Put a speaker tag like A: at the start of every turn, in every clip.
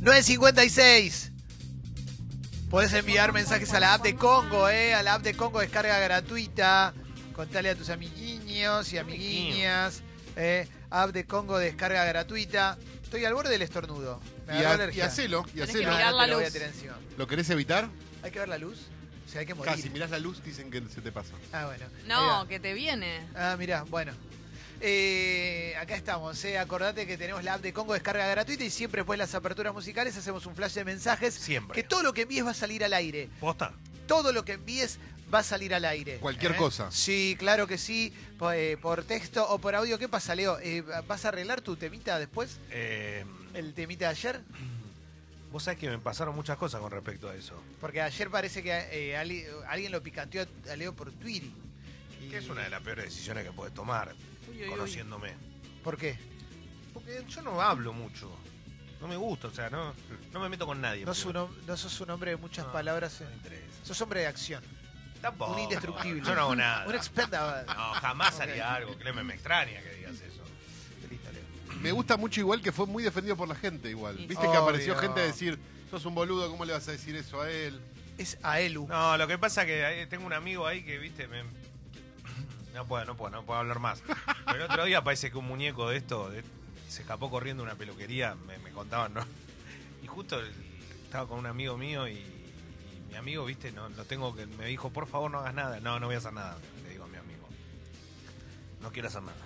A: 956. Podés enviar mensajes a la app de Congo, ¿eh? A la app de Congo, descarga gratuita. Contale a tus amiguiños y amiguiñas. ¿eh? App de Congo, descarga gratuita. Estoy al borde del estornudo. Me
B: Y,
A: agarró
B: ha- y
A: alergia.
B: hacelo, y
C: Tenés que
B: hacelo.
A: No,
C: mirar
A: no
C: la
A: te lo voy a
C: luz.
A: tirar encima.
B: ¿Lo querés evitar?
A: ¿Hay que ver la luz? O sea, hay que morir.
B: Casi, mirás la luz, dicen que se te pasa.
A: Ah, bueno. Ahí
C: No,
A: va.
C: que te viene.
A: Ah, mirá, bueno. Eh, acá estamos, eh. acordate que tenemos la app de Congo descarga gratuita y siempre después de las aperturas musicales hacemos un flash de mensajes.
D: Siempre.
A: Que todo lo que envíes va a salir al aire.
D: ¿Posta?
A: Todo lo que envíes va a salir al aire. ¿Eh?
B: Cualquier cosa.
A: Sí, claro que sí. Po- eh, Por, texto o por audio. ¿Qué pasa, Leo? Eh, ¿Vas a arreglar tu temita después?
D: Eh,
A: ¿El temita de ayer?
D: vos sabés que me pasaron muchas cosas con respecto a eso.
A: Porque ayer parece que eh, ali- alguien lo picanteó a- a Leo por Twitter. Y-
D: Que es una de las peores decisiones que puedes tomar,
C: Uy, uy, uy.
D: conociéndome.
A: ¿Por qué?
D: Porque yo no hablo mucho. No me gusta, o sea, no, no me meto con nadie.
A: No, es un
D: no
A: hom- no sos un hombre de muchas palabras. eh.
D: me interesa.
A: Sos hombre de acción.
D: Tampoco.
A: Un indestructible.
D: Yo no hago nada.
A: Un expendable.
D: No, jamás
A: Ok.
D: haría algo. Créeme, me extraña que digas eso.
B: Me gusta mucho igual que fue muy defendido por la gente igual.
C: Sí.
B: Viste que apareció
A: Obvio.
B: gente a decir, sos un boludo, ¿cómo le vas a decir eso a él?
A: Es Aelu.
D: No, lo que pasa que eh, tengo un amigo ahí que, viste, me... No puedo, no puedo, no puedo hablar más. Pero el otro día parece que un muñeco de esto de- se escapó corriendo de una peluquería, me, me contaban, ¿no? Y justo el- estaba con un amigo mío y, y mi amigo, viste, no, no tengo que... Me dijo, por favor, no hagas nada. No, no voy a hacer nada, le digo a mi amigo. No quiero hacer nada.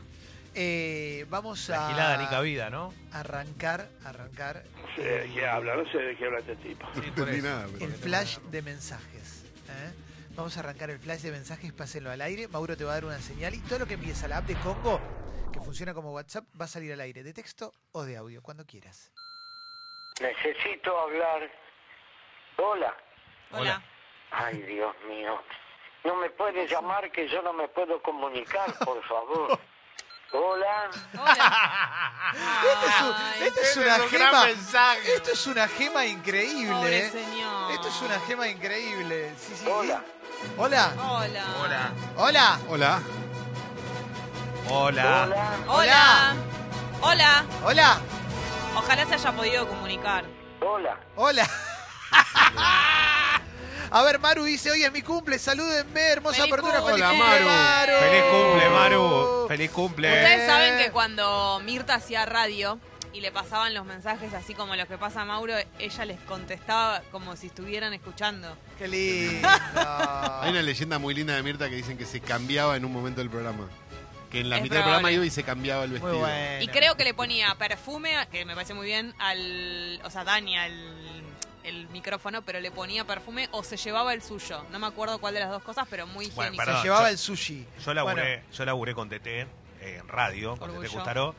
A: Eh, vamos
D: La gilada ni
A: a
D: cabida, ¿no?
A: arrancar, arrancar
E: sé de qué habla, no sé de qué habla este tipo.
D: Sí, por
B: entendí
D: eso.
B: nada, pero-
A: el flash de mensajes. ¿eh? Vamos a arrancar el flash de mensajes, pásenlo al aire. Mauro te va a dar una señal y todo lo que envíes a la app de Congo, que funciona como WhatsApp, va a salir al aire, de texto o de audio, cuando quieras.
F: Necesito hablar. Hola.
C: Hola.
F: Ay, Dios mío. No me puede llamar que yo no me puedo comunicar, por favor. Hola.
C: Hola.
A: Esto es, un-
C: Ay,
A: esto es
D: ese
A: una
D: es un gran
A: gema.
D: mensaje.
A: Esto es una gema increíble.
C: Pobre
A: ¿eh?
C: señor.
A: Esto es una gema increíble. Sí, sí.
F: Hola.
A: Hola.
C: Hola.
D: Hola.
A: Hola.
B: Hola.
D: Hola.
F: Hola.
C: Hola. Hola.
A: Hola.
C: Ojalá se haya podido comunicar.
F: Hola.
A: Hola. A ver, Maru dice, hoy es mi cumple, salúdenme, hermosa
C: Feliz
A: apertura.
C: cumple.
A: Feliz cumple,
B: Hola, Maru.
D: Feliz cumple, Maru. Feliz
A: Eh.
D: cumple.
C: Ustedes saben que cuando Mirta hacía radio y le pasaban los mensajes así como los que pasa a Mauro, ella les contestaba como si estuvieran escuchando.
A: Qué lindo.
B: Hay una leyenda muy linda de Mirta que dicen que se cambiaba en un momento del programa. Que en la
C: Es
B: mitad del
C: probable.
B: programa iba y se cambiaba el
A: Muy
B: vestido.
A: bueno.
C: Y creo que le ponía perfume, que me parece muy bien, al. O sea, Dani, al el micrófono, pero le ponía perfume o se llevaba el suyo. No me acuerdo cuál de las dos cosas, pero muy
D: Bueno,
C: higiénico.
A: Se
D: Perdón,
A: llevaba
D: yo-
A: el sushi.
D: Yo laburé,
A: Bueno,
D: yo laburé con TT eh, en radio, con
C: Orgullo.
D: TT Custaró,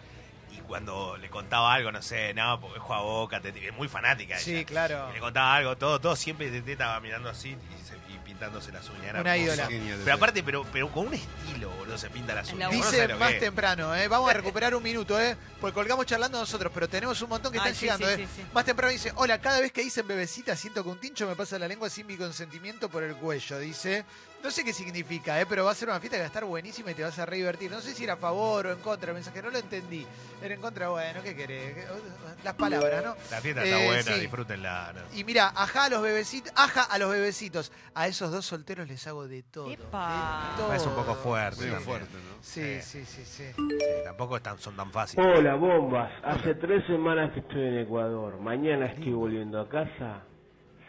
D: y cuando le contaba algo, no sé, no, porque juega a boca, TT, es muy fanática ella.
A: sí, claro.
D: Y le contaba algo, todo, todo, siempre TT estaba mirando así y, se- y pintándose las uñas. era
A: Una
D: hermoso.
A: ídola.
B: Genial,
D: Pero
B: Mirta.
D: aparte, pero, pero con un estilo, boludo, se pinta las
C: Es
D: uñas.
C: la
D: Vos no
A: Dice
D: sabés lo que
A: más
D: es.
A: temprano, ¿eh? vamos a recuperar un minuto, ¿eh? porque colgamos charlando nosotros, pero tenemos un montón que
C: Ay,
A: están
C: sí,
A: llegando.
C: sí,
A: ¿eh?
C: sí, sí.
A: Más temprano dice, hola, cada vez que dicen bebecita siento que un tincho me pasa la lengua sin mi consentimiento por el cuello, dice. No sé qué significa, ¿eh? pero va a ser una fiesta que va a estar buenísima y te vas a re divertir. No sé si era a favor o en contra, el mensaje no lo entendí. Era en contra, bueno, ¿qué querés? ¿Qué- Las palabras, ¿no?
D: La fiesta está
A: Eh,
D: buena,
A: sí.
D: disfrútenla. ¿no?
A: Y mira, ajá a los bebecitos, ajá a los bebecitos. A esos dos solteros les hago de todo.
C: Epa.
A: de todo.
D: Ah, Es un poco fuerte.
B: Medio
D: también. Eh.
B: fuerte, ¿no?
A: Sí, sí, sí, sí.
D: Sí, tampoco es tan- son tan fáciles.
G: Hola, bombas. Hace tres semanas que estoy en Ecuador. Mañana estoy volviendo a casa.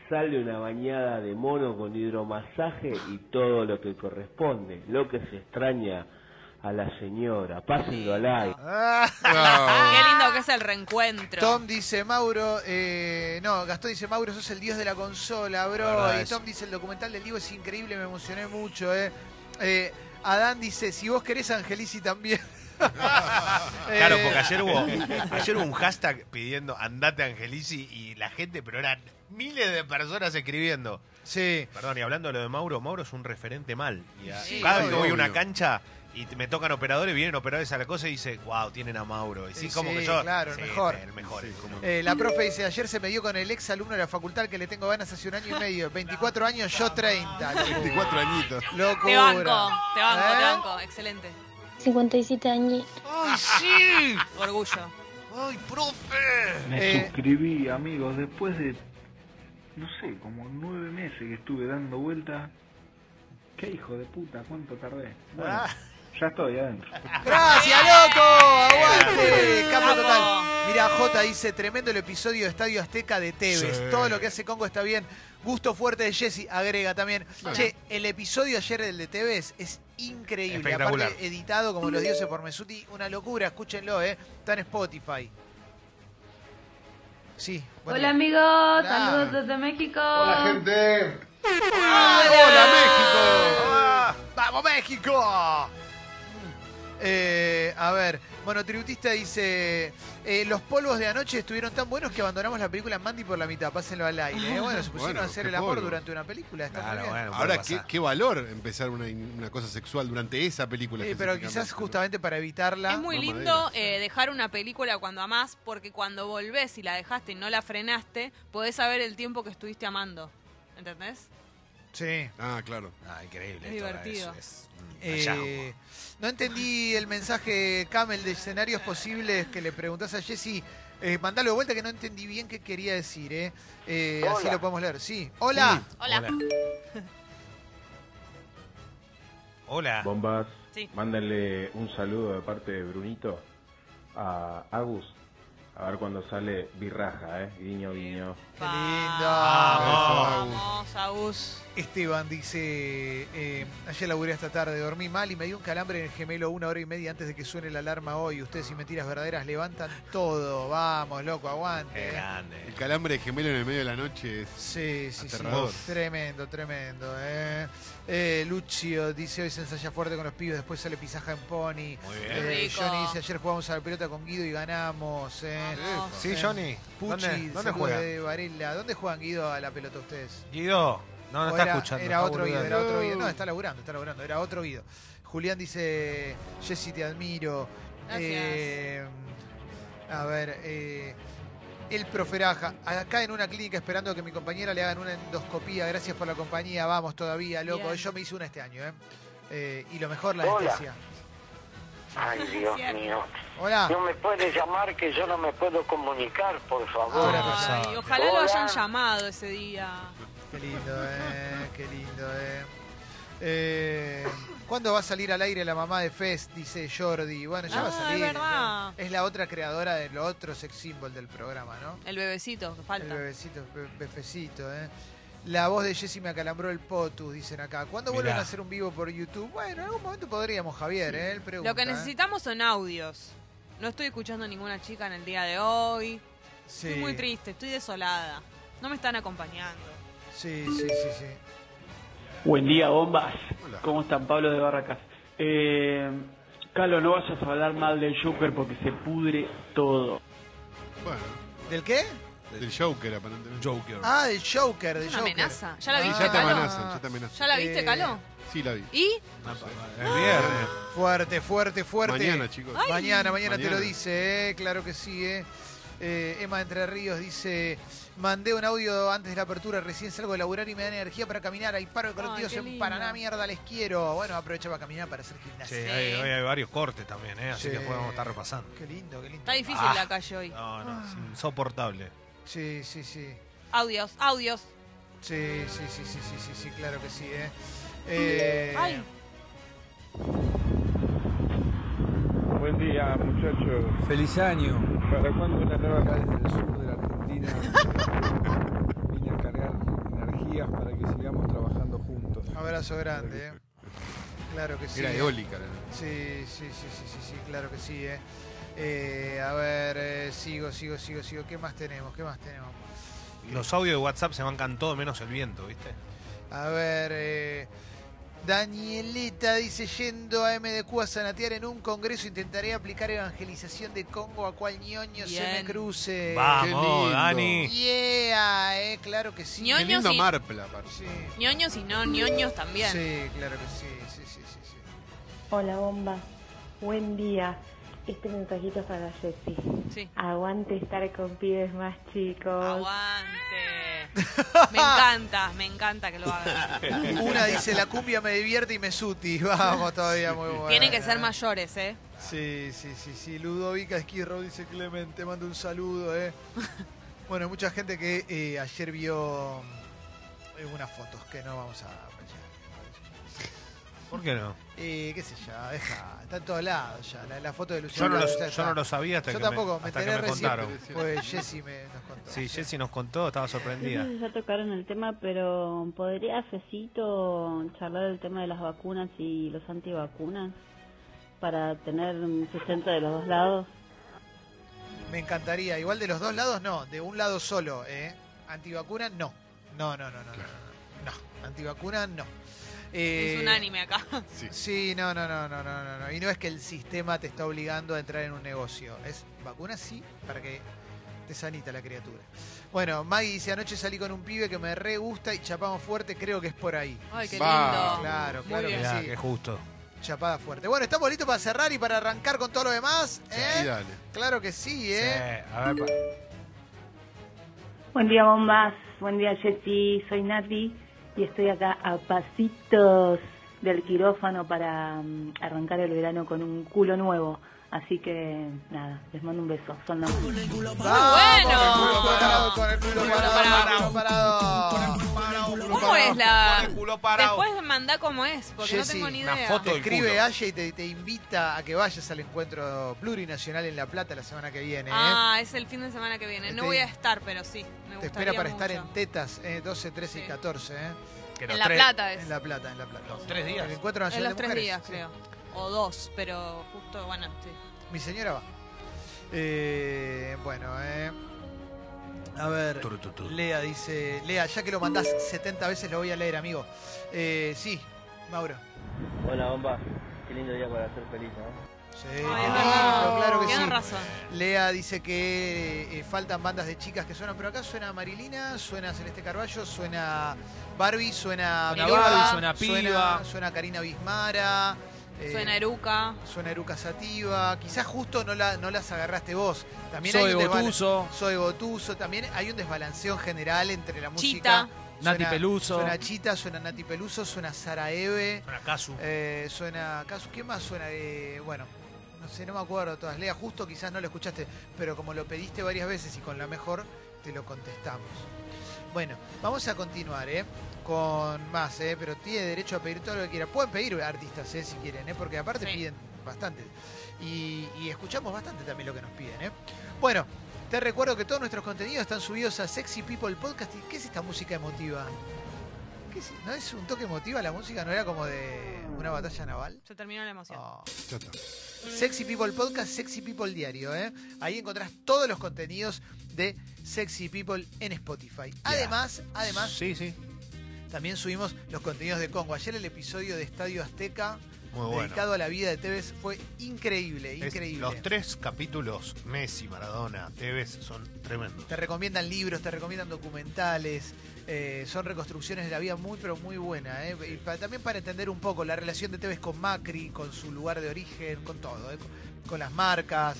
G: Sale una bañada de mono con hidromasaje y todo lo que corresponde. Lo que se extraña a la señora. Pásenlo al aire.
C: Ah. Qué lindo que es el reencuentro.
A: Ah, Tom dice Mauro, eh, no, Gastón dice Mauro, sos el dios de la consola,
D: La
A: bro.
D: verdad
A: y
D: es.
A: Tom dice el documental del Divo es increíble, me emocioné mucho, eh. Eh, Adán dice, si vos querés Angelici también.
D: Claro, porque ayer hubo, ayer hubo un hashtag pidiendo andate Angelici y la gente, pero eran miles de personas escribiendo.
A: Sí.
D: Perdón, y hablando de lo de Mauro, Mauro es un referente mal. Y a-
A: Sí,
D: cada vez que
B: obvio.
D: voy a una cancha y te- me tocan operadores, vienen operadores a la cosa y dice, wow, tienen a Mauro. Y sí,
A: Sí,
D: como
A: sí,
D: que yo.
A: claro, el
D: sí,
A: mejor.
D: El mejor.
B: Sí, cómo no.
A: Eh, la profe dice, ayer se me dio con el ex alumno de la facultad que le tengo ganas hace un año y medio. 24 años, yo 30. Locura.
B: 24 añitos.
A: Locura.
C: Te banco, te banco,
A: ¿Eh?
C: te banco. Excelente.
H: 57 años.
C: Orgullo.
D: ¡Ay, profe!
H: Me
A: Eh.
H: suscribí, amigos, después de, no sé, como nueve meses que estuve dando vuelta. Qué hijo de puta, cuánto tardé. Bueno,
A: Ah.
H: ya estoy adentro.
A: ¡Gracias, loco! ¡Aguante! Capo
C: Vamos.
A: total. Mira, J dice, tremendo el episodio de Estadio Azteca de Tevez.
D: Sí.
A: Todo lo que hace Congo está bien. Gusto fuerte de Jesse, agrega también.
B: Claro.
A: Che, el episodio ayer del de Tevez es increíble.
D: Espectacular.
A: Aparte, editado como los dioses por Mesuti. Una locura, escúchenlo, ¿eh? Está en Spotify. Sí. buen
I: Hola
A: día.
I: amigos,
A: Hola.
I: saludos desde México.
B: gente!
A: ¡Ah! ¡Vamos, México! Eh, a ver, monotributista dice: eh, Los polvos de anoche estuvieron tan buenos que abandonamos la película Mandy por la mitad. Pásenlo al aire. Eh, Bueno, se pusieron
B: Bueno,
A: a hacer
B: qué
A: el amor
B: polvos.
A: durante una película. Está muy
D: Claro,
A: bien.
D: bueno,
B: Ahora,
D: Ahora,
B: ¿qué, qué valor empezar una, una cosa sexual durante esa película.
A: Eh, pero
B: específicamente,
A: quizás
B: ¿no?
A: justamente para evitarla.
C: Es muy
B: Mamadera,
C: lindo eh, dejar una película cuando amás, porque cuando volvés y la dejaste y no la frenaste, podés saber el tiempo que estuviste amando. ¿Entendés?
A: Sí.
B: Ah, claro.
D: Ah, increíble.
C: Es
D: esto,
C: divertido.
D: Es,
A: Eh,
D: es un hallazgo.
A: no entendí el mensaje, Camel, de escenarios posibles que le preguntás a Jesse. Eh, mandalo de vuelta que no entendí bien qué quería decir. Eh. Eh, así
F: Hola.
A: lo podemos leer. Sí. Hola.
C: Hola.
D: Hola.
J: Bombas,
C: Sí.
J: mándenle un saludo de parte de Brunito a Agus. A ver cuando sale birraja, eh. Guiño, guiño.
A: Qué
C: Va-
A: lindo.
D: Vamos.
C: Vamos, Agus.
A: Esteban dice, eh, ayer laburé hasta tarde, dormí mal y me dio un calambre en el gemelo una hora y media antes de que suene la alarma hoy. Ustedes y mentiras verdaderas levantan todo. Vamos, loco,
D: Qué
A: aguante.
B: El
D: grande.
B: calambre de gemelo en el medio de la noche es.
A: Sí, sí, sí.
B: Aterrador.
A: Tremendo, tremendo. eh. Eh, Lucio dice, hoy se ensaya fuerte con los pibes, después sale pisaja en Pony.
D: Muy bien.
A: Eh,
C: Rico.
A: Johnny dice, ayer jugamos a la pelota con Guido y ganamos. eh.
C: Vamos.
D: Sí, Johnny.
A: Pucci,
D: ¿Dónde, dónde
A: saludos
D: juega?
A: de Varela. ¿Dónde juegan Guido a la pelota ustedes?
D: Guido. No, no
A: O
D: está
A: era,
D: escuchando.
A: era
D: está
A: otro Guido, era
D: boludeando.
A: otro Guido. No, está laburando, está laburando. Era otro Guido. Julián dice, Jessy, te admiro.
C: Gracias.
A: Eh, a ver, eh, el proferaja, acá en una clínica esperando que mi compañera le hagan una endoscopía. Gracias por la compañía, vamos todavía, loco.
C: Bien.
A: Yo me hice una este año, ¿eh? Eh, y lo mejor, la
F: Hola.
A: anestesia.
F: Ay, Dios mío.
A: Hola.
F: No me puede llamar que yo no me puedo comunicar, por favor.
A: Ahora
C: Ay,
D: pasado.
C: ojalá lo
F: Hola.
C: hayan llamado ese día.
A: Qué lindo, ¿eh? Qué lindo, ¿eh? Eh, ¿Cuándo va a salir al aire la mamá de Fest? Dice Jordi. Bueno, ya va a
C: Ah, es
A: salir.
C: verdad.
A: Es la otra creadora del otro sex symbol del programa, ¿no?
C: El bebecito, que
A: El
C: falta.
A: bebecito, be- befecito, ¿eh? La voz de Jessy me acalambró el potus, dicen acá. ¿Cuándo
D: Mirá.
A: vuelven a hacer un vivo por YouTube? Bueno, en algún momento podríamos, Javier, ¿eh? Él pregunta,
C: Lo que
A: ¿eh?
C: necesitamos son audios. No estoy escuchando a ninguna chica en el día de hoy.
A: Sí,
C: Estoy muy triste, estoy desolada. No me están acompañando.
A: Sí, sí, sí, sí.
K: Buen día, bombas.
B: Hola.
K: ¿Cómo están, Pablo de Barracas? Eh, Calo, no vayas a hablar mal del Joker porque se pudre todo.
B: Bueno,
A: ¿Del qué?
B: del Joker, aparentemente.
D: Joker.
A: Ah, del Joker, del
C: Es una
A: Joker. Ah,
C: amenaza. Ah, ¿Ya la
B: Y
C: viste,
B: ya te
C: Calo?
B: amenazan, ya te amenazan.
C: ¿Ya la viste,
A: Eh,
C: Caló?
B: Sí, la vi.
C: ¿Y?
D: El viernes.
A: ah, Fuerte, fuerte, fuerte.
B: Mañana, chicos.
A: Mañana, mañana te lo
B: Mañana.
A: dice, ¿eh? claro que sí. ¿eh? Eh, Emma de Entre Ríos dice, mandé un audio antes de la apertura, recién salgo de laburar y me dan energía para caminar, hay paro de colectivos
C: qué
A: en
C: lindo.
A: Paraná, mierda, les quiero. Bueno, aprovecha para caminar, para hacer
D: Sí,
A: gimnasia.
D: hay, hoy hay varios cortes también, ¿eh? Así
A: Sí.
D: que después vamos a estar repasando.
A: Qué lindo, qué lindo.
C: Está difícil
D: Ah.
C: la calle hoy.
D: No, no,
A: Ah.
D: es insoportable.
A: Sí, sí, sí.
C: Audios, audios.
A: Sí, sí, sí, sí, sí, sí, sí, claro que sí, ¿eh? Eh,
C: Ay.
J: Buen día, muchachos.
K: Feliz año.
J: ¿Para cuándo una nueva
K: acá desde el sur de la Argentina. Vine a cargar energías para que sigamos trabajando juntos.
A: Abrazo grande, ¿eh? Claro que sí.
B: Era
A: ¿eh?
B: eólica. la-
A: Sí, sí, sí, sí, sí, sí, claro que sí, eh. Eh, a ver, eh, sigo, sigo, sigo, sigo. ¿Qué más tenemos? ¿Qué más tenemos?
D: Los audios de WhatsApp se bancan todo menos el viento, ¿viste?
A: A ver, eh, Danielita dice, yendo a MDQ a sanatear en un congreso, intentaré aplicar evangelización de Congo a cual ñoño se me
C: Bien.
A: cruce.
B: lindo.
D: Vamos, Dani.
A: Yeah, eh, claro que sí.
B: Qué
C: Ñoño
B: lindo
C: sí.
B: Marpla, aparte.
A: Sí,
C: Ñoños y no ñoños también.
A: sí, claro que sí, sí, sí, sí, sí.
I: Hola bombas, buen día. Este mensajito es para Jessy.
C: Sí.
I: Aguante estar con pibes más chicos.
C: Aguante. Me encanta, me encanta que lo hagan.
A: Una dice, la cumbia me divierte y me suti. Vamos, todavía muy bueno.
C: Tienen que ser mayores, ¿eh?
A: Sí, sí, sí, sí. Ludovica Esquirro dice Clemente, manda un saludo, eh. Bueno, mucha gente que eh, ayer vio eh, unas fotos que no vamos a mencionar.
D: ¿Por qué no?
A: Eh, qué sé yo, deja, está en todos lados ya. La, la foto de Luciano
D: Yo no lo,
A: Luz ya
D: yo
A: está.
D: no lo sabía hasta
A: Yo
D: que me-
A: tampoco, me
D: hasta que
A: enteré
D: me
A: recién,
D: contaron.
A: Pues Jessy me nos contó.
D: Sí, Jessy nos contó, estaba sorprendida.
L: No sé si ya tocaron el tema, pero ¿podría Fecito charlar el tema de las vacunas y los antivacunas para tener un sustento de los dos lados?
A: Me encantaría. Igual de los dos lados, no. De un lado solo, ¿eh? Antivacuna, no. No, no, no, no. No, no. no. Antivacuna, no. Eh,
C: Es un anime acá.
A: Sí. no, no, no, no, no, no, no. Y no es que el sistema te está obligando a entrar en un negocio. Es vacuna sí, para que te sanita la criatura. Bueno, Maggie dice, anoche salí con un pibe que me re gusta y chapamos fuerte, creo que es por ahí.
C: Ay, qué
A: Va.
C: lindo.
A: Claro,
C: Muy
A: claro que
C: bien.
D: Mirá,
A: sí.
D: qué justo.
A: Chapada fuerte. Bueno, estamos listos para cerrar y para arrancar con todo lo demás. ¿eh?
B: Y dale.
A: Claro que sí, ¿eh?
D: Eh, a ver, pa-
I: Buen día, bombas. Buen día, Yeti. Soy Nati y estoy acá a pasitos del quirófano para mm, arrancar el verano con un culo nuevo. Así que, nada, les mando un beso. Son los...
A: Vamos, Con el culo parado, con el culo parado. con el culo parado.
C: ¿Cómo es la...?
D: culo parado.
C: Después mandá cómo es, porque no
A: Jessy,
C: tengo ni idea.
A: te
D: del
A: escribe
D: culo.
A: Aya y te, te invita a que vayas al encuentro plurinacional en La Plata la semana que viene. ¿eh?
C: Ah, es el fin de semana que viene. No
A: Te-
C: voy a estar, pero sí. Me
A: te espera
C: gustaría
A: para estar
C: mucho.
A: en Tetas eh, 12, 13 y 14. ¿eh?
D: que los
C: En La
D: tres-
C: Plata Ah, es.
A: En La Plata, en La Plata.
D: Los tres días.
A: El encuentro
C: En
A: nacional de
C: los tres
A: mujeres,
C: días,
A: sí.
C: creo. O dos, pero justo, bueno, sí.
A: Mi señora va. Eh, bueno, eh. A ver, Lea dice, Lea, ya que lo mandás 70 veces lo voy a leer, amigo. Eh, sí, Mauro.
M: Hola, bomba. Qué lindo día para ser feliz, ¿no?
A: Sí,
C: verdad.
A: claro, claro que
C: Tiene
A: sí.
C: razón.
A: Lea dice que eh, faltan bandas de chicas que suenan, pero acá suena Marilina, suena Celeste Carballo, suena Barbie, suena
N: Suena
A: Piba,
N: Barbie, suena Piba.
A: suena Karina Bismara. eh,
C: Suena Eruca.
A: Suena Eruca Sativa, quizás justo no, la, no las agarraste vos. También
N: Zoe
A: hay un desbala-
N: Botuso.
A: Zoe Botuso, también hay un desbalanceo en general entre la
C: Chita.
A: música.
N: Nati Peluso.
A: Suena Chita, suena Nati Peluso, suena Sara Eve.
D: Suena Casu.
A: Eh, suena Casu. ¿Quién más suena? Eh, bueno, no sé, no me acuerdo todas. Lea, justo quizás no lo escuchaste, pero como lo pediste varias veces y con la mejor, te lo contestamos. Bueno, vamos a continuar, ¿eh? Con más, ¿eh? Pero tiene derecho a pedir todo lo que quiera. Pueden pedir artistas, ¿eh? Si quieren, ¿eh? Porque aparte piden bastante. Y, y escuchamos bastante también lo que nos piden, ¿eh? Bueno, te recuerdo que todos nuestros contenidos están subidos a Sexy People Podcast. ¿Y qué es esta música emotiva? ¿Qué es? ¿No es un toque emotiva la música? ¿No era como de una batalla naval?
C: Se terminó la emoción.
A: Ah, Sexy People Podcast, Sexy People Diario. ¿eh? Ahí encontrás todos los contenidos de Sexy People en Spotify. Además, además
D: Sí, sí.
A: también subimos los contenidos de Congo. Ayer el episodio de Estadio Azteca,
D: Muy bueno.
A: dedicado a la vida de Tevez, fue increíble,
D: Es-
A: increíble.
D: los tres capítulos, Messi, Maradona, Tevez, son tremendos.
A: Te recomiendan libros, te recomiendan documentales, eh, son reconstrucciones de la vida muy, pero muy buena. ¿eh? Y pa- también para entender un poco la relación de Tevez con Macri, con su lugar de origen, con todo, ¿eh? con, con las marcas.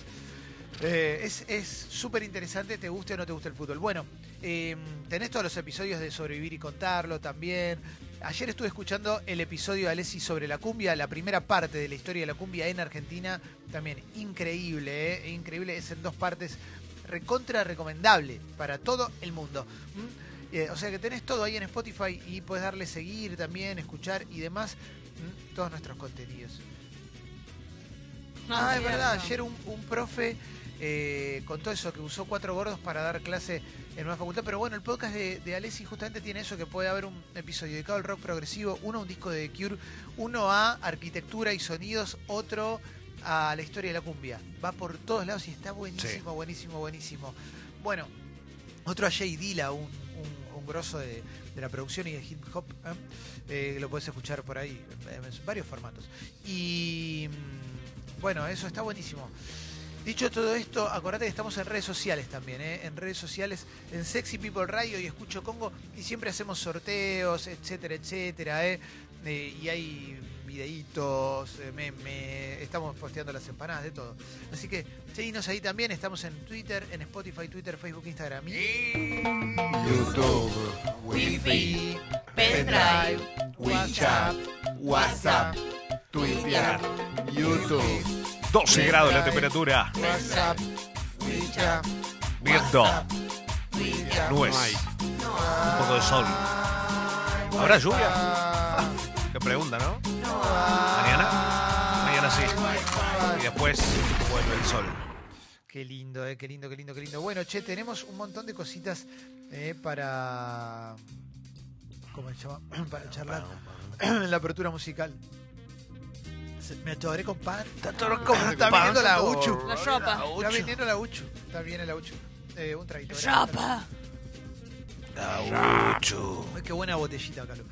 A: Eh, es es súper interesante, te guste o no te guste el fútbol. Bueno, eh, tenés todos los episodios de Sobrevivir y Contarlo también. Ayer estuve escuchando el episodio de Alessi sobre la cumbia, la primera parte de la historia de la cumbia en Argentina. También increíble, ¿eh? increíble. Es en dos partes recontra recomendable para todo el mundo. ¿Mm? Eh, o sea que tenés todo ahí en Spotify y puedes darle seguir también, escuchar y demás ¿Mm? todos nuestros contenidos.
C: No,
A: ah, es
C: cierto.
A: verdad, ayer un, un profe eh, contó eso, que usó cuatro gordos para dar clase en una facultad. Pero bueno, el podcast de, de Alessi justamente tiene eso, que puede haber un episodio dedicado al rock progresivo, uno a un disco de The Cure, uno a arquitectura y sonidos, otro a la historia de la cumbia. Va por todos lados y está buenísimo, buenísimo, buenísimo. Bueno, otro a Jay Dilla, un, un- un grosso de, de la producción y de hip hop. ¿eh? Eh, lo puedes escuchar por ahí, en varios formatos. Y mm, bueno, eso está buenísimo. Dicho todo esto, acordate que estamos en redes sociales también, ¿eh? en redes sociales, en Sexy People Radio y Escucho Congo, y siempre hacemos sorteos, etcétera, etcétera, ¿eh? Eh, y hay videitos, eh, memes, estamos posteando las empanadas, de todo. Así que seguinos ahí también, estamos en Twitter, en Spotify, Twitter, Facebook, Instagram y...
B: YouTube, Wi-Fi,
A: Pendrive,
B: WeChat, WhatsApp, Twitter, YouTube,
D: 12 grados la temperatura.
A: WhatsApp, Villa,
D: Viento, nubes,
A: No hay.
D: un poco de sol. ¿Habrá lluvia? Ah, Qué pregunta, ¿no? Mañana. Mañana sí. Y después vuelve el sol.
A: Qué lindo, eh, qué lindo, qué lindo, qué lindo. Bueno, che, tenemos un montón de cositas eh, para. ¿Cómo se llama? Para charlar. la apertura musical. Se- Me atoré con pan. Está
D: atoré con
A: Está
D: pan.
A: viniendo la Uchu.
C: La ropa. La
A: Está
C: Uchu.
A: viniendo la Uchu. Está bien la Uchu. Eh, un traguito.
C: Ropa.
A: Ay, qué buena botellita, Carlos.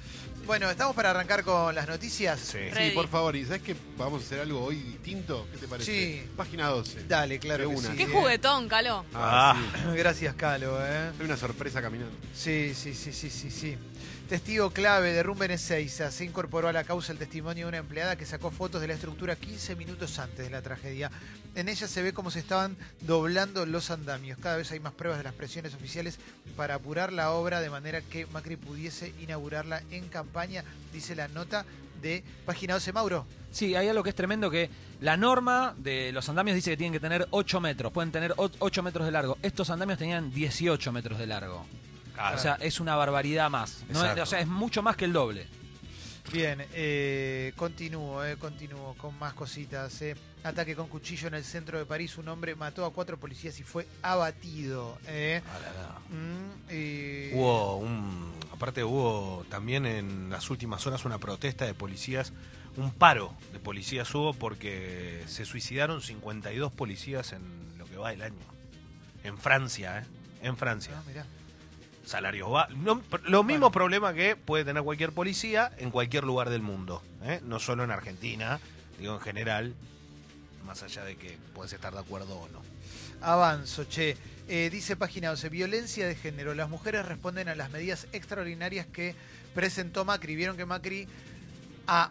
A: Bueno, estamos para arrancar con las noticias.
B: Sí, por favor, ¿y sabes que vamos a hacer algo hoy distinto? ¿Qué te parece?
A: Sí.
B: Página 12.
A: Dale, claro
B: De
A: que
B: una.
A: sí. eh.
C: Qué juguetón, Calo.
B: Ah,
A: Gracias, Calo, eh.
B: Hay una sorpresa caminando.
A: Sí, sí, sí, sí, sí, sí. Testigo clave de Rumben Ezeiza. Se incorporó a la causa el testimonio de una empleada que sacó fotos de la estructura 15 minutos antes de la tragedia. En ella se ve cómo se estaban doblando los andamios. Cada vez hay más pruebas de las presiones oficiales para apurar la obra de manera que Macri pudiese inaugurarla en campaña, dice la nota de Página 12 Mauro.
N: Sí, hay algo que es tremendo que la norma de los andamios dice que tienen que tener 8 metros, pueden tener 8 metros de largo. Estos andamios tenían 18 metros de largo. O sea, es una barbaridad más. No es-
D: Exacto.
N: o sea, es mucho más que el doble.
A: Bien, eh, continúo, eh, continúo con más cositas. eh. Ataque con cuchillo en el centro de París. Un hombre mató a cuatro policías y fue abatido. eh.
D: Ah.
A: Mm, eh,
D: Hubo un. Aparte, hubo también en las últimas horas una protesta de policías, un paro de policías hubo porque se suicidaron 52 policías en lo que va del año. En Francia, ¿eh? En Francia.
A: ah, mirá.
D: Salarios va. no, pr- lo mismo problema que puede tener cualquier policía en cualquier lugar del mundo, ¿eh? No solo en Argentina, digo en general, más allá de que puedes estar de acuerdo o no.
A: Avanzo, che. Eh, dice página 12, violencia de género. Las mujeres responden a las medidas extraordinarias que presentó Macri. Vieron que Macri a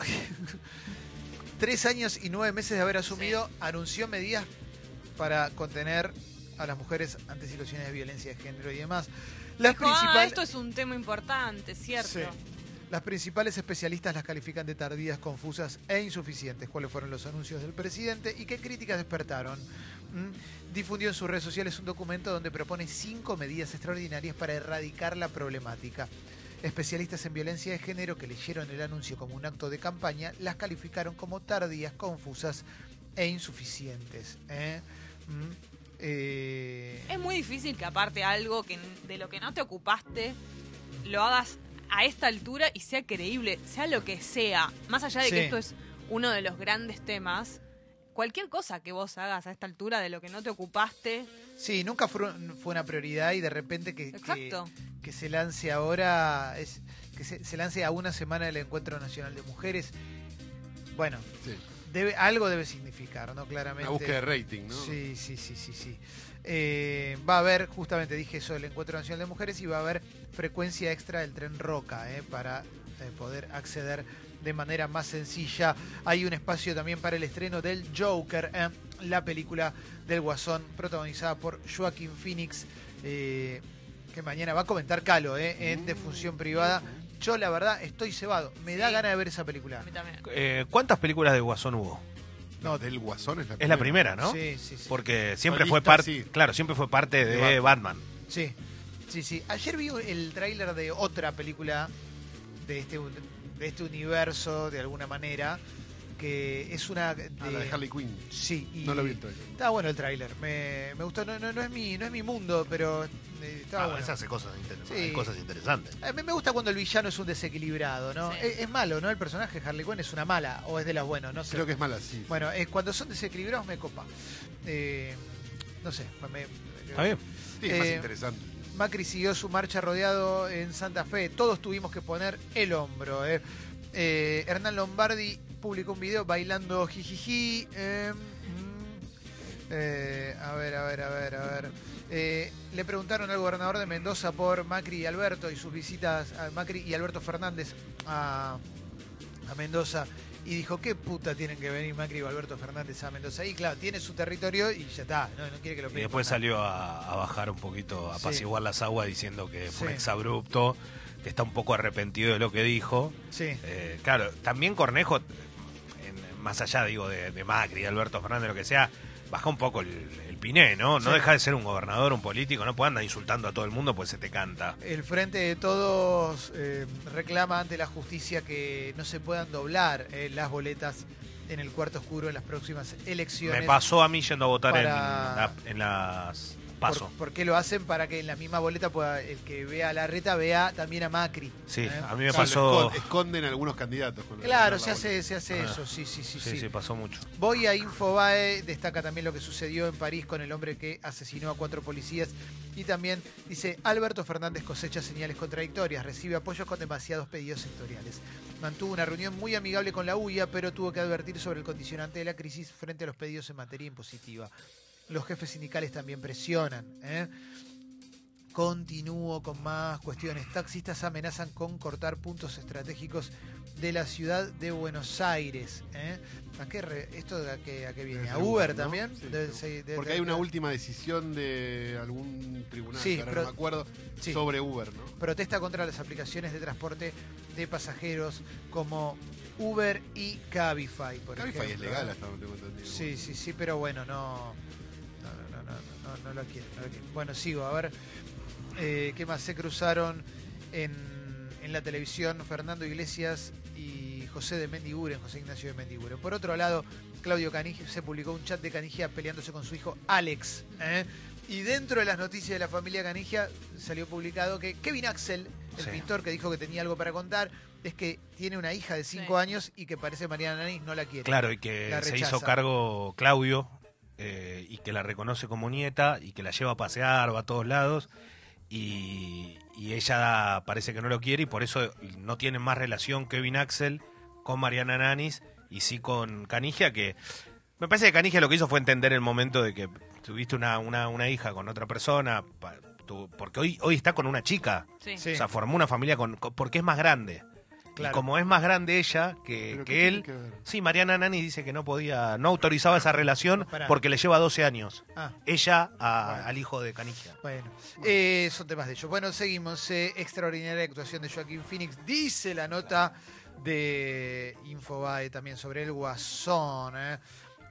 A: tres años y nueve meses de haber asumido anunció medidas para contener a las mujeres ante situaciones de violencia de género y demás. Las
C: Dijo, ah,
A: principal-
C: esto es un tema importante, ¿cierto?
A: Sí. Las principales especialistas las califican de tardías, confusas e insuficientes. ¿Cuáles fueron los anuncios del presidente y qué críticas despertaron? ¿Mm? Difundió en sus redes sociales un documento donde propone cinco medidas extraordinarias para erradicar la problemática. Especialistas en violencia de género que leyeron el anuncio como un acto de campaña las calificaron como tardías, confusas e insuficientes. ¿eh? ¿Mm? Eh,
C: Es muy difícil que aparte algo que de lo que no te ocupaste lo hagas a esta altura y sea creíble, sea lo que sea. Más allá de
A: Sí.
C: que esto es uno de los grandes temas, cualquier cosa que vos hagas a esta altura de lo que no te ocupaste,
A: Sí, nunca fue, fue una prioridad y de repente que, que-
C: exacto.
A: que se lance ahora, es, que se, se lance a una semana del Encuentro Nacional de Mujeres, bueno,
B: Sí.
A: debe, algo debe significar, ¿no? Claramente.
B: Una búsqueda de rating, ¿no?
A: Este, Sí, sí, sí, sí, sí. Eh, va a haber, justamente dije eso, el Encuentro Nacional de Mujeres y va a haber frecuencia extra del tren Roca eh, para eh, poder acceder de manera más sencilla. Hay un espacio también para el estreno del Joker, eh, la película del Guasón protagonizada por Joaquín Phoenix, eh, que mañana va a comentar Calo eh, en Defunción Privada. Yo la verdad estoy cebado, me da
C: Sí.
A: ganas de ver esa película.
C: A mí también.
D: Eh, ¿Cuántas películas de Guasón hubo?
A: No,
B: Del Guasón es la primera.
D: Es la primera, ¿no?
A: Sí, sí, sí.
D: Porque siempre
B: Solista,
D: fue parte,
B: sí.
D: claro, siempre fue parte de,
B: De
D: Batman.
A: Sí, sí, sí. Ayer vi el tráiler de otra película de este, de este universo, de alguna manera, que es una... De,
B: Ah, la de Harley Quinn.
A: Sí, y
B: No lo eh. vi el trailer.
A: Estaba bueno el tráiler, me, me gustó. No, no, no, es mi, no es mi mundo, pero eh, estaba
D: Ah,
A: bueno.
D: esa hace cosas, inter-
A: Sí.
D: hay cosas interesantes.
A: A mí me gusta cuando el villano es un desequilibrado, ¿no?
C: Sí.
A: Es, es malo, ¿no? El personaje Harley Quinn es una mala o es de las buenas, no sé.
B: Creo que es mala, sí.
A: Bueno, eh, cuando son desequilibrados me copa. Eh, no sé. me- me-
D: Está bien.
B: Sí, es más
A: Eh,
B: interesante.
A: Macri siguió su marcha rodeado en Santa Fe. Todos tuvimos que poner el hombro. eh. Eh, Hernán Lombardi publicó un video bailando jijiji. eh, mm, eh, a ver, a ver, a ver, a ver. Eh, le preguntaron al gobernador de Mendoza por Macri y Alberto y sus visitas a Macri y Alberto Fernández a, a Mendoza. Y dijo, ¿qué puta tienen que venir Macri y Alberto Fernández a Mendoza? Y claro, tiene su territorio y ya está, no, no quiere que lo
D: Y
A: pegue
D: después
A: más nada.
D: salió a, a bajar un poquito, a
A: Sí.
D: apaciguar las aguas diciendo que fue un
A: Sí.
D: exabrupto, que está un poco arrepentido de lo que dijo.
A: Sí,
D: Eh, claro, también Cornejo, en- más allá, digo, de, de Macri, de Alberto Fernández, lo que sea, baja un poco el, el piné, ¿no? No
A: Sí.
D: deja de ser un gobernador, un político, no puede andar insultando a todo el mundo pues se te canta.
A: El Frente de Todos eh, reclama ante la justicia que no se puedan doblar eh, las boletas en el cuarto oscuro en las próximas elecciones.
D: Me pasó a mí yendo a votar en,
A: para-
D: la- en las
A: Por-
D: paso.
A: ¿Por, qué lo hacen? Para que en la misma boleta pueda, el que vea a Larreta vea también a Macri.
D: Sí,
A: ¿eh?
D: a mí me
B: Claro,
D: pasó.
B: escon- esconden algunos candidatos. con-
A: Claro,
B: con la
A: se
B: boleta.
A: hace, se hace
D: Ah.
A: eso, sí, sí, sí, sí.
D: Sí, sí, pasó mucho.
A: Voy a Infobae, destaca también lo que sucedió en París con el hombre que asesinó a cuatro policías. Y también dice, Alberto Fernández cosecha señales contradictorias, recibe apoyos con demasiados pedidos sectoriales. Mantuvo una reunión muy amigable con la UIA, pero tuvo que advertir sobre el condicionante de la crisis frente a los pedidos en materia impositiva. Los jefes sindicales también presionan. ¿eh? Continúo con más cuestiones. Taxistas amenazan con cortar puntos estratégicos de la ciudad de Buenos Aires. ¿eh? ¿A qué re- ¿Esto de a qué, a qué viene?
B: Debe
A: ¿A
B: ser
A: Uber
B: ¿no?
A: también?
B: Sí,
A: Debe
B: seguro.
A: ser- debe-
B: Porque hay una última decisión de algún tribunal,
A: Sí,
B: que ahora
A: pero-
B: no me acuerdo,
A: sí.
B: sobre Uber, ¿no?
A: Protesta contra las aplicaciones de transporte de pasajeros como Uber y Cabify. Por
B: Cabify es
A: ejemplo,
B: legal
A: ¿eh?
B: hasta donde tengo entendido.
A: Sí, sí, sí, pero bueno, no. No, no, no, no, no, no lo quiero. no lo quiero. Bueno, sigo, a ver. eh, ¿Qué más se cruzaron en, en la televisión Fernando Iglesias y José de Mendiguren, José Ignacio de Mendiguren? Por otro lado, Claudio Canigia se publicó un chat de Canigia peleándose con su hijo Alex. ¿eh? Y dentro de las noticias de la familia Canigia salió publicado que Kevin Axel, el
D: Sí.
A: pintor que dijo que tenía algo para contar, es que tiene una hija de 5 años y que parece Mariana Nanis, no la quiere.
D: Claro, y que
A: La
D: se
A: rechaza.
D: hizo cargo Claudio eh, y que la reconoce como nieta y que la lleva a pasear, va a todos lados y, y ella parece que no lo quiere y por eso no tienen más relación Kevin Axel con Mariana Nanis y sí con Canigia que me parece que Canigia lo que hizo fue entender el momento de que tuviste una, una, una hija con otra persona pa- tu- porque hoy, hoy está con una chica.
C: Sí.
A: Sí.
D: O sea, formó una familia con, con- porque es más grande.
A: Claro.
D: Y como es más grande ella que,
B: ¿Pero qué
D: que
B: tiene
D: él,
B: que ver?
D: Sí, Mariana Nani dice que no podía, no autorizaba esa relación
A: Pará.
D: porque le lleva 12 años.
A: Ah.
D: Ella a- al hijo de Canigia.
A: Bueno, eh, son temas de ellos. Bueno, seguimos. eh, extraordinaria actuación de Joaquín Phoenix. Dice la nota de Infobae también sobre el Guasón. eh.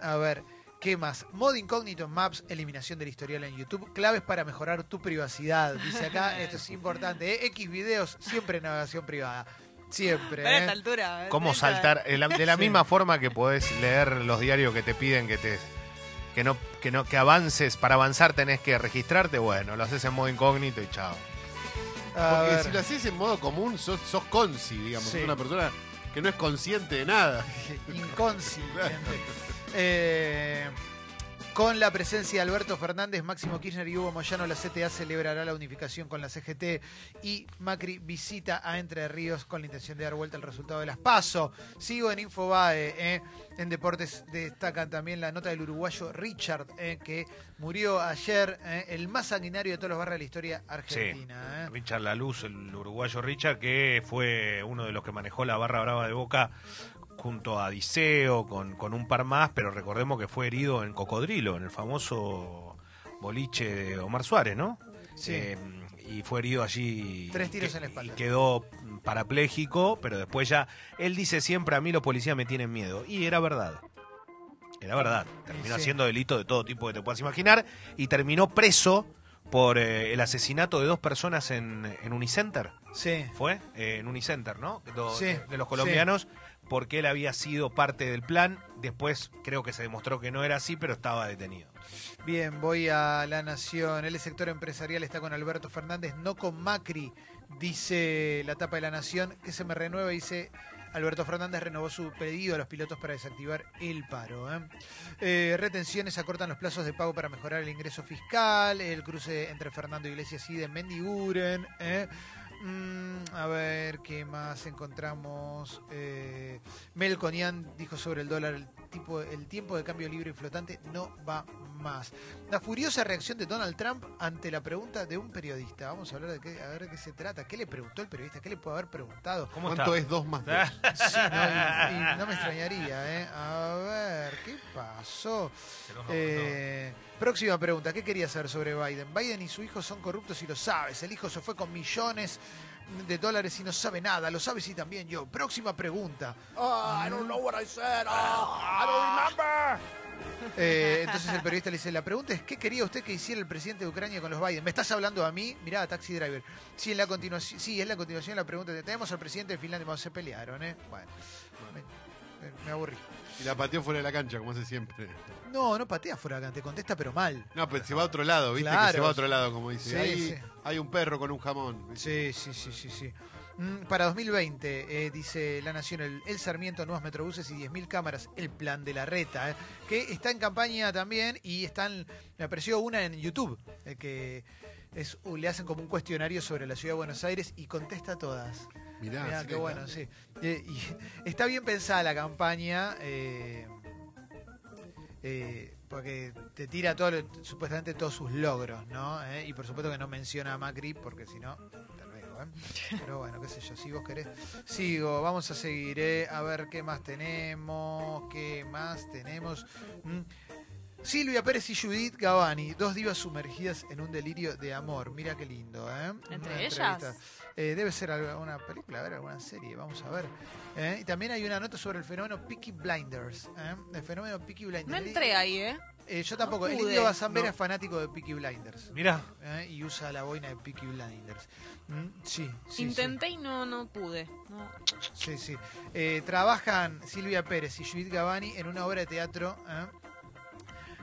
A: A ver, ¿qué más? Mod incógnito en Maps, eliminación del historial en YouTube. Claves para mejorar tu privacidad. Dice acá, esto es importante. eh. X videos, siempre navegación privada. Siempre.
C: Pero a esta
A: eh.
C: altura.
B: ¿Cómo
C: esta-
B: saltar?
D: De la, de la
A: Sí.
D: misma forma que podés leer los diarios que te piden que te que no que no que avances, para avanzar tenés que registrarte, bueno, lo haces en modo incógnito y chao.
A: A
B: Porque
A: ver.
B: si lo haces en modo común, sos, sos conci, digamos.
A: Sí.
B: Sos una persona que no es consciente de nada.
A: inconsciente. Eh, con la presencia de Alberto Fernández, Máximo Kirchner y Hugo Moyano, la CTA celebrará la unificación con la CGT y Macri visita a Entre Ríos con la intención de dar vuelta al resultado de las PASO. Sigo en Infobae, eh. en Deportes destacan también la nota del uruguayo Richard, eh, que murió ayer, eh, el más sanguinario de todos los barrios de la historia argentina. eh.
D: Richard Laluz, el uruguayo Richard, que fue uno de los que manejó la barra brava de Boca junto a Diceo, con, con un par más, pero recordemos que fue herido en Cocodrilo, en el famoso boliche de Omar Suárez, ¿no?
A: Sí.
D: Eh, y fue herido allí.
A: Tres
D: y
A: tiros
D: que-
A: en la espalda.
D: Y quedó parapléjico, pero después ya. Él dice siempre: a mí los policías me tienen miedo. Y era verdad. Era verdad. Terminó
A: sí.
D: haciendo delitos de todo tipo que te puedas imaginar. Y terminó preso por eh, el asesinato de dos personas en, en Unicenter.
A: Sí.
D: ¿Fue? Eh, en Unicenter, ¿no? Do-
A: Sí,
D: de, de los colombianos. Porque él había sido parte del plan. Después creo que se demostró que no era así, pero estaba detenido.
A: Bien, voy a La Nación. El sector empresarial está con Alberto Fernández, no con Macri, dice la tapa de La Nación, que se me renueva, dice Alberto Fernández renovó su pedido a los pilotos para desactivar el paro. ¿eh? Eh, retenciones acortan los plazos de pago para mejorar el ingreso fiscal, el cruce entre Fernando Iglesias y de Mendiguren. ¿eh? Mm, a ver, ¿qué más encontramos? Eh, Melconian dijo sobre el dólar, el, tipo, el tiempo de cambio libre y flotante no va más. La furiosa reacción de Donald Trump ante la pregunta de un periodista. Vamos a hablar de qué, a ver de qué se trata. ¿Qué le preguntó el periodista? ¿Qué le puede haber preguntado?
D: ¿Cómo
B: ¿Cuánto
D: está?
B: es dos más dos?
A: Sí, no, y- y no me extrañaría, ¿eh? A ver, ¿qué pasó? Eh, próxima pregunta, ¿qué quería saber sobre Biden? Biden y su hijo son corruptos y lo sabes. El hijo se fue con millones de dólares y no sabe nada. Lo sabe sí también yo. Próxima pregunta.
O: Ah, I don't know what I said. Ah, I
A: Eh, entonces el periodista le dice, la pregunta es, ¿qué quería usted que hiciera el presidente de Ucrania con los Biden? ¿Me estás hablando a mí? Mirá, Taxi Driver. Sí, en la continuación, sí, es la continuación de la pregunta. Tenemos al presidente de Finlandia, bueno, se pelearon, ¿eh? Bueno, me, me- me aburrí.
B: Y la pateó fuera de la cancha, como hace siempre.
A: No, no patea fuera acá, te contesta pero mal.
B: No, pero se va a otro lado, ¿viste?
A: Claro.
B: Que se va a otro lado, como dice.
A: Sí,
B: Ahí
A: sí.
B: hay un perro con un jamón.
A: Sí, sí, sí, sí, sí. Mm, Para 2020, eh, dice La Nación, el, el Sarmiento, nuevos metrobuses y 10.000 cámaras, el plan de la reta, eh, que está en campaña también y están, me apareció una en YouTube, eh, que es, uh, le hacen como un cuestionario sobre la ciudad de Buenos Aires y contesta todas.
B: Mirá,
A: Mirá,
B: sí,
A: qué
B: está.
A: bueno, sí. Eh, y está bien pensada la campaña, eh, eh, porque te tira todo, lo- supuestamente todos sus logros, ¿no? Eh, y por supuesto que no menciona a Macri, porque si no, tal vez, ¿eh? Pero bueno, qué sé yo, si vos querés. Sigo, vamos a seguir, ¿eh? A ver qué más tenemos, qué más tenemos. Mm. Silvia Pérez y Judith Gavani, dos divas sumergidas en un delirio de amor. Mira qué lindo, ¿eh?
C: ¿Entre
A: Una
C: ellas?
A: entrevista. Eh, debe ser alguna película, a ver, alguna serie, vamos a ver. ¿eh? Y también hay una nota sobre el fenómeno Peaky Blinders. ¿eh? El fenómeno Peaky Blinders.
C: No entré ahí, ¿eh?
A: Eh, yo tampoco.
C: No
A: el
C: pude.
A: indio Bazambera
C: No.
A: es fanático de Peaky Blinders.
D: Mirá.
A: ¿eh? Y usa la boina de Peaky Blinders. Mm, Sí, sí. sí.
C: Intenté y no, no pude. No.
A: Sí, sí. Eh, trabajan Silvia Pérez y Judith Gavani en una obra de teatro ¿eh?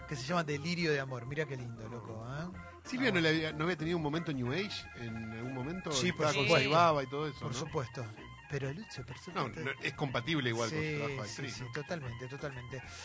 A: que se llama Delirio de Amor. Mira qué lindo, loco. ¿eh?
B: Silvia no, le había, no había tenido un momento New Age en algún momento.
A: Sí, por
B: Estaba con
A: supuesto.
B: Saibaba y todo eso.
A: Por
B: ¿no?
A: supuesto. Pero Lucho, por supuesto.
B: No, no, es compatible igual con su trabajo de
A: sí,
B: actriz,
A: sí, totalmente, totalmente.